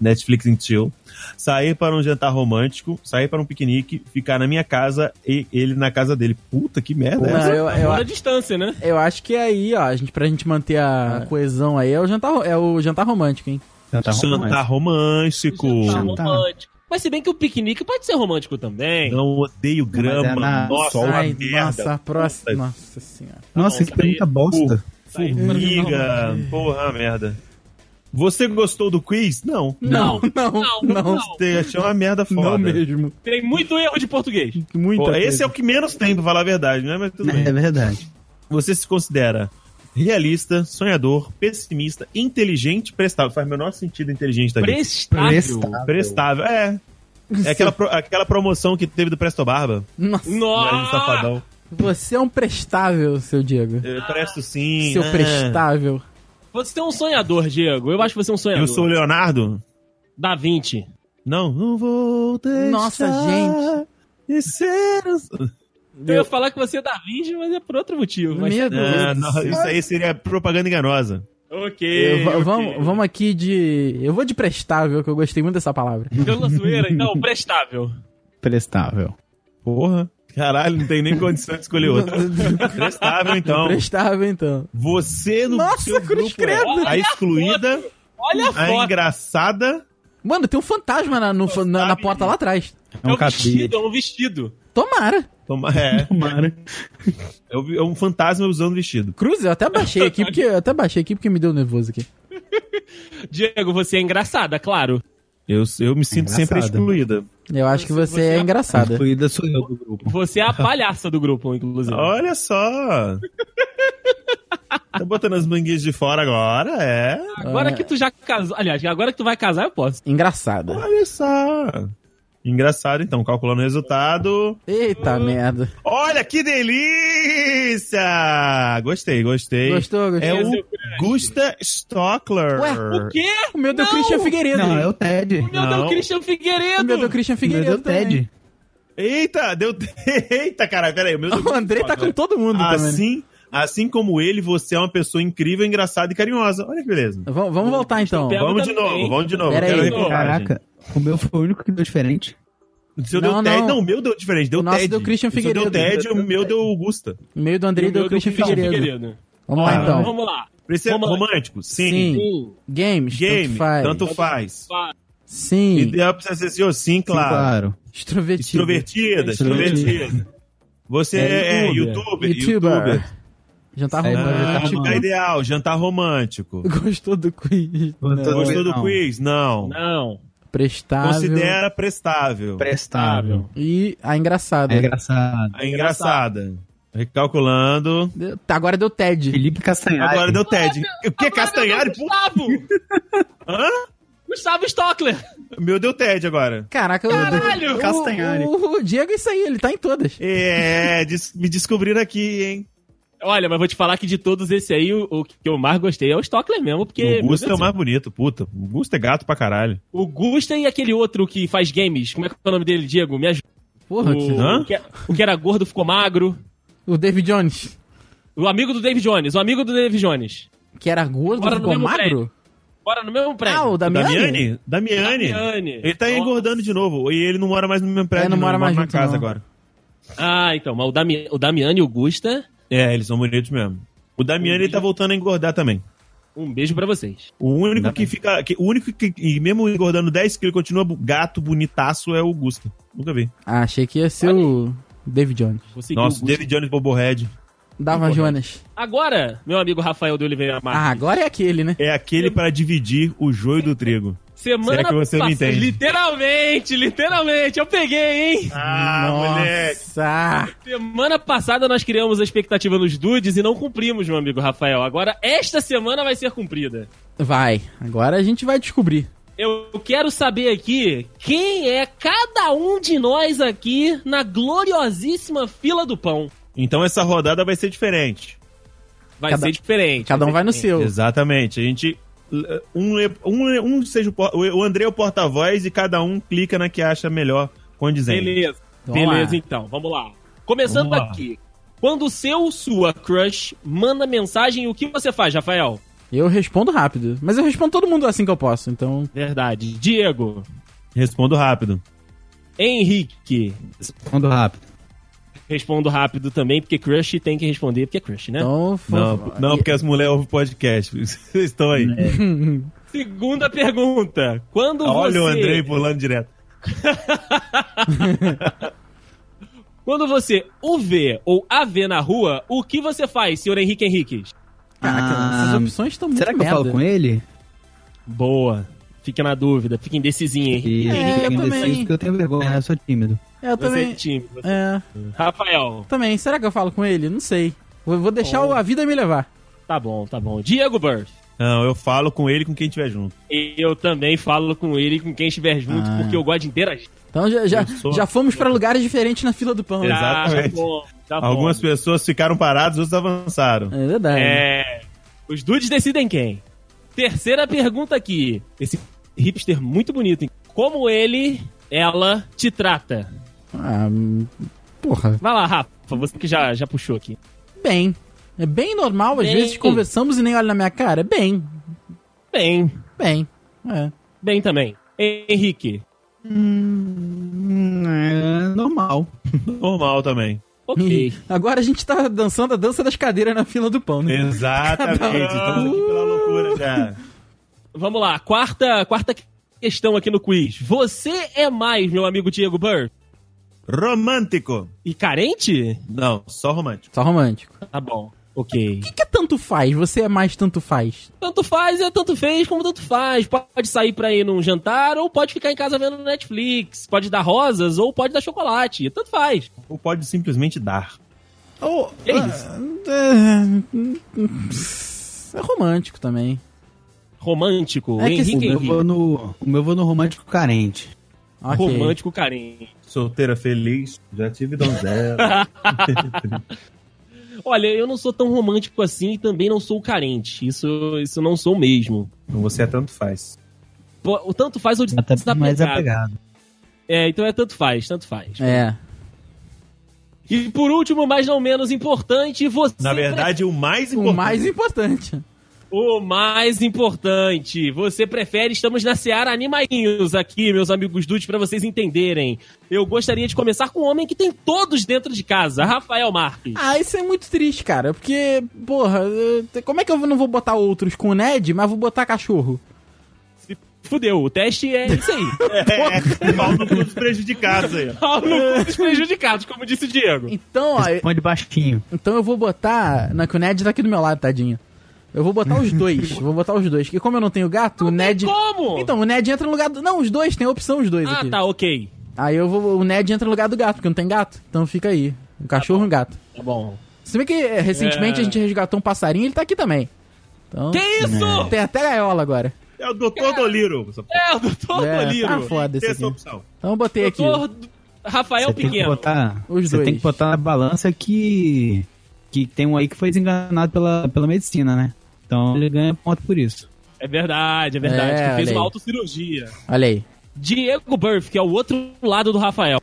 S4: Netflix em chill, sair para um jantar romântico, sair para um piquenique, ficar na minha casa e ele na casa dele. Puta que merda.
S2: Não,
S4: é
S2: eu, eu,
S3: Fora a distância, né?
S2: eu acho que é aí, ó, a gente, pra gente manter a coesão aí, é o jantar, ro- é o jantar romântico, hein?
S5: Já tá
S4: essa? Jantar romântico.
S3: Tá
S5: Jantar.
S3: romântico. Mas se bem que o piquenique pode ser romântico também.
S4: Não odeio
S5: Mas é
S4: grama,
S5: na-
S4: nossa, sol, uma
S2: Ai,
S4: merda.
S2: nossa, a próxima.
S4: Puta.
S2: Nossa senhora.
S5: Nossa, que pergunta bosta.
S4: Formiga, porra, merda. Você gostou do quiz? Não.
S2: Não, não,
S3: Não,
S2: não.
S3: não.
S4: Eu achei uma merda foda.
S2: Não mesmo.
S3: Tem muito erro de português.
S2: Muita
S4: Pô,
S2: coisa.
S4: esse é o que menos tem, pra falar a verdade, né? Mas tudo
S5: É
S4: bem.
S5: verdade.
S4: Você se considera realista, sonhador, pessimista, inteligente, prestável. Faz o menor sentido inteligente daqui.
S3: Prestável.
S5: Prestável.
S4: prestável, é. É aquela, pro- aquela promoção que teve do Presto Barba.
S2: Nossa,
S4: Mas de
S3: Nossa!
S4: safadão.
S2: você é um prestável, seu Diego.
S4: Eu presto sim.
S2: seu
S4: né?
S2: prestável.
S3: Você é um sonhador, Diego. Eu acho que você é um sonhador.
S4: Eu sou o Leonardo?
S3: Da 20.
S4: Não, não vou deixar
S2: Nossa, gente.
S4: de ser um-
S3: Eu ia falar que você é da 20, mas é por outro motivo. Mas...
S2: Meu
S4: Ah,
S2: Deus. do
S4: não,
S2: céu.
S4: isso aí seria propaganda enganosa.
S3: Ok.
S2: Eu- va-
S3: ok.
S2: vamos, vamos aqui de. Eu vou de prestável, que eu gostei muito dessa palavra.
S3: Pela zoeira, então, prestável.
S5: Prestável.
S4: Porra. Caralho, não tem nem condição de escolher outro. prestável, então.
S2: Prestável, então.
S4: Você no
S2: Nossa,
S4: seu
S2: cruz
S4: grupo é
S2: credo.
S4: a excluída,
S3: Olha a
S4: a
S3: foto.
S4: engraçada.
S2: Mano, tem um fantasma na, no- na- na
S4: sabe,
S2: porta lá atrás.
S5: É um capítulo.
S3: vestido, é um vestido.
S2: Tomara.
S4: Toma- É,
S5: Tomara.
S4: é o- é um fantasma usando vestido.
S2: Cruz, eu até baixei aqui, porque eu até baixei aqui porque me deu nervoso aqui.
S3: Diego, você é engraçada, claro.
S4: Eu, eu me sinto sempre
S5: engraçado.
S4: excluída.
S2: Eu acho que você é engraçada.
S5: Excluída sou eu do grupo.
S3: Você é a palhaça do grupo, inclusive.
S4: Olha só! tá botando as manguinhas de fora agora, é?
S3: Agora que tu já casou. Aliás, agora que tu vai casar, eu posso.
S2: Engraçada.
S4: Olha só! Engraçado, então, calculando o resultado.
S2: Eita merda.
S4: Olha que delícia! Gostei, gostei.
S2: Gostou, gostou?
S4: É o
S3: Esse
S4: Gusta Stockler.
S2: Ué,
S3: O quê?
S2: O meu deu
S3: Não!
S2: Christian Figueiredo.
S5: Não, é o Ted.
S3: Meu Deus,
S4: Não.
S3: Christian Figueiredo!
S2: O meu deu Christian
S5: Meu
S2: Figueiredo.
S5: Deus,
S2: também.
S5: Ted.
S4: Eita, deu. Eita, caralho, peraí. O meu
S2: O Andrei tá com todo mundo também. né?
S4: Assim, assim como ele, você é uma pessoa incrível, engraçada e carinhosa. Olha que beleza.
S2: Vamos, vamos voltar então.
S3: Pega
S4: Vamos de
S3: também.
S4: novo, vamos de novo.
S2: Pera
S4: Quero
S2: aí.
S4: reportagem.
S5: Caraca, o meu foi o único que deu diferente.
S4: O seu
S2: Não,
S4: deu Ted.
S2: não.
S4: Não, o meu deu diferente. Deu
S2: O nosso
S4: Ted.
S2: deu Christian
S4: O seu deu
S2: Figueiredo.
S4: Ted e o meu deu Augusta.
S2: é O meio do Andrei
S3: O meu
S2: deu Christian
S3: Christian
S2: Figueiredo. Vamos lá
S4: Ah,
S2: então.
S3: Vamos lá. Um,
S4: Precisa
S3: Vamos lá.
S4: romântico? Sim.
S2: Sim.
S3: Sim.
S2: Games,
S4: Game?
S2: tanto faz.
S4: Tanto faz.
S2: Sim.
S4: Ideal pra você ser sim, claro.
S2: Extrovertido.
S4: Extrovertida,
S2: Extrovertida.
S4: extrovertida. Você
S3: É,
S4: é,
S3: youtuber.
S4: youtuber,
S2: Youtuber.
S4: youtuber.
S2: Jantar
S4: Ah,
S5: É, jantar
S2: romântico.
S4: lugar
S5: romântico.
S4: ideal, jantar romântico.
S2: tá Gostou do quiz?
S5: Gostou
S2: Não.
S5: do-
S4: Gostou do
S5: Não.
S4: quiz? Não.
S3: Não.
S2: Prestável.
S4: Considera prestável.
S5: Prestável.
S4: Tá É
S2: E ah, a engraçada.
S5: É engraçado.
S4: A engraçada.
S5: A
S4: Recalculando.
S2: Deu- tá, agora deu TED.
S5: Felipe Castanhari.
S4: Agora deu TED. O
S3: é
S4: que? Castanhari? Pô,
S3: Gustavo!
S4: Hã?
S3: Gustavo Stockler!
S4: Meu deu TED agora.
S2: Caraca, o-
S3: Caralho!
S2: o,
S5: Castanhari.
S2: o, o Diego é isso aí, ele tá em todas.
S4: É, des- me descobriram aqui, hein?
S3: Olha, mas vou te falar que de todos esse aí, o, o que eu mais gostei é o Stockler mesmo, porque.
S4: o Gusta é
S3: meu
S4: o
S3: Deus,
S4: mais bonito, puta. O Gusta é gato pra caralho.
S3: o Gusta e aquele outro que faz games. Como é que é o nome dele, Diego? Me ajuda.
S2: Porra, que-
S3: O,
S4: Hã?
S3: o que, é- o que era gordo ficou magro.
S2: o David Jones,
S3: O amigo do David Jones, o amigo do David Jones.
S2: que era gordo,
S3: Bora no
S2: ficou
S3: mesmo
S2: magro?
S3: Bora no mesmo prédio.
S2: Ah, o da Miane?
S4: Damiani? Damiani.
S3: Damiani.
S4: Ele tá engordando de novo. E ele não mora mais no mesmo prédio,
S2: não mora mais
S4: na
S2: junto,
S4: casa
S2: não.
S4: agora.
S3: Ah, então, mas o, Dami... o Damiani e o Gusta,
S4: É, eles são bonitos mesmo. O Damiani ele tá voltando a engordar também.
S3: um beijo pra vocês.
S4: O único que fica. que- o único que, e mesmo engordando 10 quilos, continua bu- gato, bonitaço, é o Gusta. Nunca vi.
S2: Ah, achei que ia ser o David Jones.
S3: Vou seguir
S4: Nossa,
S3: o Gusta.
S4: David Jones Bobohead.
S2: Dava Jonas.
S3: Agora, meu amigo Rafael de Oliveira
S2: Ah,
S3: Marques.
S2: agora é aquele, né?
S4: É aquele para dividir o joio do trigo.
S3: semana
S4: será que você não
S3: passada-
S4: entende?
S3: Literalmente, literalmente, eu peguei, hein?
S4: Ah,
S2: Nossa!
S3: Semana passada nós criamos a expectativa nos dudes e não cumprimos, meu amigo Rafael. Agora, esta semana vai ser cumprida.
S2: Vai, agora a gente vai descobrir.
S3: Eu quero saber aqui quem é cada um de nós aqui na gloriosíssima fila do pão.
S4: Então essa rodada vai ser diferente.
S3: Vai
S2: Cada-
S3: ser diferente.
S2: Cada um vai no
S3: ser
S2: seu.
S4: Exatamente. A gente. Um, le- um, le- um seja o, por- o André é o porta-voz e cada um clica na que acha melhor condizente.
S3: Beleza.
S2: Vamos
S3: Beleza,
S2: lá.
S3: então. Vamos lá. Começando
S4: Vamos lá.
S3: aqui. Quando o seu, sua crush manda mensagem, o que você faz, Rafael?
S2: Eu respondo rápido. Mas eu respondo todo mundo assim que eu posso, então.
S3: Verdade. Diego.
S4: Respondo rápido.
S3: Henrique.
S5: Respondo rápido.
S3: Respondo rápido também, porque crush tem que responder, porque é crush, né?
S2: Então, fo-
S4: Não, não, porque as mulheres ouvem podcast. Vocês estão aí.
S3: É. Segunda pergunta. Quando você...
S4: Olha o Andrei pulando direto.
S3: Quando você o vê ou a vê na rua, o que você faz, senhor Henrique Henriques?
S2: Caraca,
S5: Ah,
S2: essas opções estão muito
S5: Será que eu falo com ele?
S3: Boa. Fica na dúvida, fica indecisinho, Henrique.
S5: E
S2: É, eu
S5: indeciso,
S2: também.
S5: que eu tenho vergonha, né? eu sou tímido.
S2: Eu
S3: Você é
S2: também.
S3: time. você-
S2: É,
S3: Rafael,
S2: também. Será que eu falo com ele? Não sei. Vou vou deixar o- a vida me levar.
S3: tá bom, tá bom. Diego Burst.
S4: Não, eu falo com ele e com quem estiver junto.
S3: Eu também falo com ele e com quem estiver junto,
S2: Ah.
S3: porque eu gosto de interagir. Tá
S2: Então já, já,
S4: sou- É.
S2: já fomos pra lugares diferentes na fila do pão. né?
S4: Exato. Exatamente.
S3: Tá bom, tá bom.
S4: Algumas pessoas ficaram paradas, outras avançaram.
S2: É verdade.
S3: É. Os dudes decidem quem. Terceira pergunta aqui. Esse hipster muito bonito, hein? Como ele, ela te trata?
S2: Ah, hum, porra.
S3: Vai lá, Rafa, você que já, já puxou aqui.
S2: Bem. É bem normal, às
S3: Bem.
S2: vezes conversamos e nem olha na minha cara. É Bem,
S3: Bem,
S2: bem. É.
S3: bem também. Henrique.
S5: Hum, é normal.
S4: Normal
S3: Tá
S4: também.
S3: Ok.
S2: Agora a gente tá dançando a dança das cadeiras na fila do pão, né?
S4: É. Exatamente. Estamos aqui pela loucura já.
S3: Vamos lá, quarta, quarta questão aqui no quiz. Você é mais, meu amigo Diego Burr?
S4: Romântico.
S3: E carente?
S4: Não, só romântico.
S2: Só romântico. O
S3: Tá bom. Ok.
S2: que, que é tanto faz? Você é mais tanto faz?
S3: Tanto faz, é tanto fez como tanto faz. Pode sair pra ir num jantar ou pode ficar em casa vendo Netflix. Pode dar rosas ou pode dar chocolate. É Tanto faz.
S4: Ou pode simplesmente dar.
S2: Ou.
S3: Que isso?
S2: É romântico também.
S3: Romântico.
S2: É que
S5: O
S3: Henrique
S5: assim, meu,
S3: Henrique.
S5: vou no, o meu vou no romântico carente.
S2: Ok.
S3: Romântico carente.
S4: Solteira feliz, já tive donzela.
S3: Olha, eu não sou tão romântico assim e também não sou carente. Isso, isso eu não sou mesmo.
S4: Então você é tanto faz.
S3: Pô, O tanto faz ou des-
S5: tá
S3: desapegado. É, então é tanto faz, tanto faz.
S2: É.
S3: E por último, mas não menos importante, você.
S4: Na verdade, o mais
S2: O
S4: importante. é
S2: mais importante.
S3: pre- O mais importante, você prefere. Estamos na Seara Animainhos aqui, meus amigos dudes, pra vocês entenderem. Eu gostaria de começar com um homem que tem todos dentro de casa, Rafael Marques.
S2: Ah, isso é muito triste, cara. Porque, porra, eh, como é que eu não vou botar outros com o Ned, mas vou botar cachorro?
S3: Fudeu, o teste é isso aí.
S4: É, pau no cu dos prejudicados aí. ó.
S3: Pau no cu dos prejudicados, como disse o Diego.
S2: Então, ó, eu-
S5: Responde baixinho.
S2: então eu vou botar. Na, que o Ned tá aqui do meu lado, tadinho. Eu vou botar os dois. vou botar os dois. Porque como eu não tenho gato, o Ned.
S3: Como?
S2: Então, o Ned entra no lugar do. Não, os dois, tem a opção os dois
S3: ah,
S2: aqui.
S3: tá, ok.
S2: Aí eu vou. O Ned entra no lugar do gato, porque não tem gato. Então fica aí. Um cachorro e um gato.
S3: Tá bom.
S2: Se bem que eh, recentemente
S3: É.
S2: a gente resgatou um passarinho, ele tá aqui também. Então,
S3: Que isso?
S2: tem até gaiola agora.
S4: É o Dr. Doliro. Essa porra.
S3: É, o doutor
S2: É,
S3: Doliro.
S2: tá foda esse
S4: Essa é a
S2: aqui.
S4: opção.
S2: Então eu botei aqui.
S3: Doutor Rafael
S5: Você tem que
S3: Pequeno.
S5: botar,
S2: É Os
S5: você
S2: dois.
S5: tem que botar na balança que que tem um aí que foi desenganado pela, pela medicina, né? Então ele ganha ponto por isso.
S3: É verdade, é verdade.
S2: É,
S3: que fez
S2: olha aí.
S3: uma autocirurgia.
S2: Olha aí.
S3: Diego Burff, que é o outro lado do Rafael.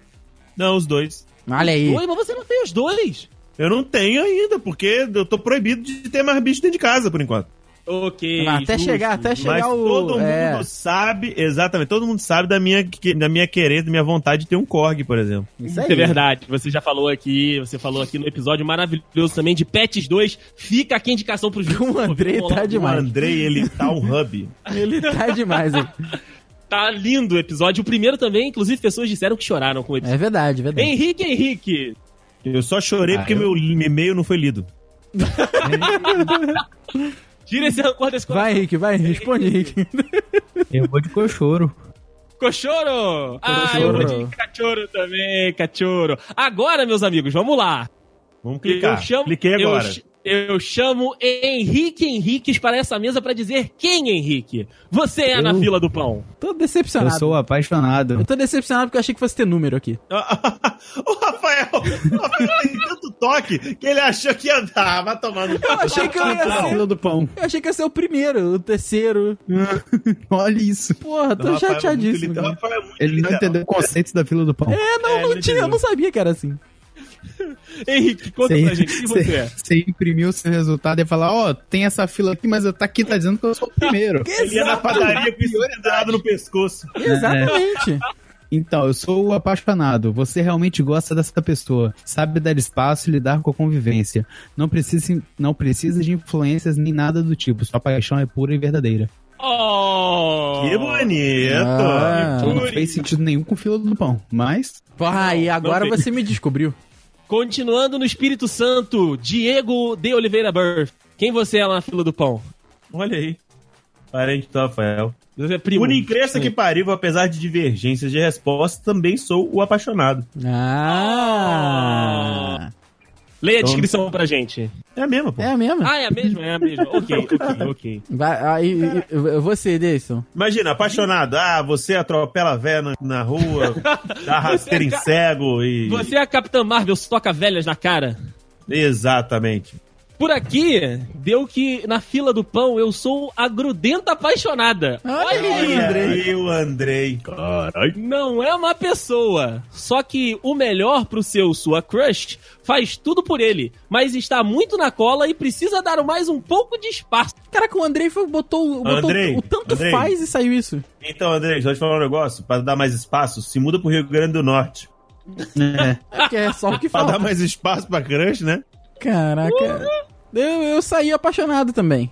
S4: Não, os dois.
S2: Olha aí.
S3: Oi, mas você não tem os dois?
S4: Eu não tenho ainda, porque eu tô proibido de ter mais bicho dentro de casa, por enquanto.
S3: Ok.
S2: Ah, até
S3: justo.
S2: chegar, até
S4: Mas
S2: chegar o.
S4: todo mundo
S2: é,
S4: sabe, exatamente, todo mundo sabe da minha, que- da minha querida, da minha vontade de ter um Korg, por exemplo.
S2: isso
S3: Isso é verdade. Você já falou aqui, você falou aqui no episódio maravilhoso também de Pets 2. Fica aqui a indicação pro jogo.
S2: O Andrei tá
S4: O
S2: demais.
S4: Andrei, ele tá um hub.
S2: Ele tá demais, hein?
S3: Tá lindo o episódio. O primeiro também, inclusive, pessoas disseram que choraram com o episódio.
S2: É verdade, é verdade.
S3: Henrique Henrique.
S4: Eu só chorei
S5: Ah,
S4: porque
S5: eu-
S4: meu e-mail não foi lido.
S3: Tira esse rancor desse coração.
S2: Vai, Henrique, vai, responde, Henrique.
S5: Eu vou de cochoro.
S3: Cochoro! Ah, eu vou de cachorro também, cachorro. Agora, meus amigos, vamos lá.
S4: Vamos clicar.
S3: Eu chamo,
S4: Cliquei
S3: eu
S4: agora.
S3: ch- Eu, chamo Henrique Henriques para essa mesa para dizer quem, Henrique? Você é na
S5: Eu?
S3: fila do pão.
S2: Tô
S5: Eu
S2: decepcionado.
S5: sou apaixonado.
S2: Eu tô decepcionado porque eu achei que fosse ter número aqui.
S4: o Rafael, o Rafael tem tanto toque que ele achou que ia dar, vai tomar no cu.
S2: Eu achei que eu ia
S5: Na
S2: ser.
S5: fila do pão.
S2: Eu achei que ia ser o primeiro, o terceiro.
S5: Olha isso.
S2: Porra, tô
S4: O Rafael é muito
S2: chateadíssimo.
S4: literal,
S2: cara.
S4: o Rafael é muito
S5: Ele não
S4: literal.
S5: entendeu o conceito da fila do pão.
S2: É, não,
S4: É,
S2: não
S4: ele
S2: tinha, eu
S4: entendeu.
S2: não sabia que era assim.
S3: Henrique, conta pra gente quem você é.
S5: Você imprimiu o seu resultado e ia falar, ó, tem essa fila aqui, mas eu tá aqui, tá dizendo que eu sou o primeiro.
S4: Ele ia na padaria com isso pendurado no pescoço.
S2: Exatamente.
S5: Então, eu sou o apaixonado. Você realmente gosta dessa pessoa. Sabe dar espaço e lidar com a convivência. Não precisa, não precisa de influências nem nada do tipo. Sua paixão é pura e verdadeira.
S3: Oh!
S4: Que bonito.
S2: Ah.
S5: Então, não fez sentido nenhum com fila do pão. Mas,
S2: Porra, aí agora
S3: não tem.
S2: você me descobriu.
S3: Continuando no Espírito Santo, Diego de Oliveira Burff. Quem você é lá na fila do pão?
S4: Olha aí. Parente do Rafael.
S3: Você é
S4: Por
S3: primo.
S4: incrível que pariu, apesar de divergências de resposta, também sou o apaixonado.
S2: Ah!
S3: Leia a
S4: Então-
S3: descrição pra gente.
S4: É mesmo, pô.
S2: É mesmo?
S3: Ah, é a mesma? É a mesma. Ok, ok, ok.
S2: Vai, aí, eu eu vou ser, Deison.
S4: Imagina, apaixonado. Ah, você atropela a véia na, na rua, dá rasteira em
S3: Você é ca-
S4: cego e...
S3: Você é a Capitã Marvel, soca velhas na cara.
S4: Exatamente.
S3: Por aqui, deu que na fila do pão eu sou a grudenta apaixonada.
S2: Olha aí, Andrei.
S4: E o Andrei.
S3: Não é uma pessoa. Só que o melhor pro seu sua crush faz tudo por ele, mas está muito na cola e precisa dar mais um pouco de espaço.
S2: Caraca, o Andrei foi, botou, botou
S4: Andrei,
S2: o tanto
S4: Andrei.
S2: faz e saiu isso.
S4: Então, Andrei, deixa eu te falar um negócio. Pra dar mais espaço, se muda pro Rio Grande do Norte.
S5: né?
S2: É que é só o que
S4: Pra dar
S2: falta.
S4: mais espaço pra crush, né?
S2: Caraca. Eu, eu saí apaixonado também.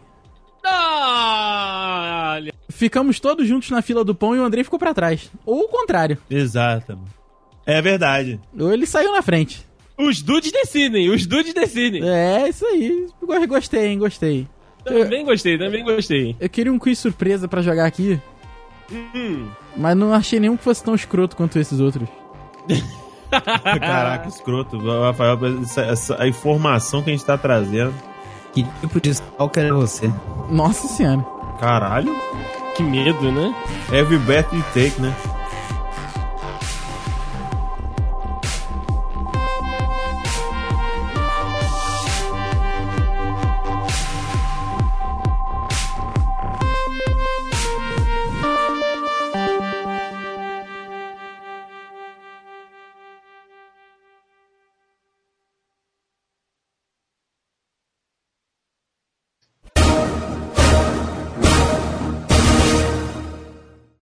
S3: Olha.
S2: Ficamos todos juntos na fila do pão e o Andrei ficou pra trás. Ou o contrário.
S4: Exatamente. É verdade.
S2: Ou ele saiu na frente.
S3: Os dudes decidem, os dudes decidem.
S2: É, isso aí. Go- Gostei, hein? Gostei.
S3: Também gostei, também gostei.
S2: Eu queria um quiz surpresa pra jogar aqui,
S3: Hum.
S2: mas não achei nenhum que fosse tão escroto quanto esses outros.
S4: Caraca, escroto. Rafael, essa, essa- a informação que a gente tá trazendo.
S5: que tipo de stalker é você?
S2: Nossa senhora.
S4: Caralho.
S3: Que medo, né?
S4: Every breath you take, né?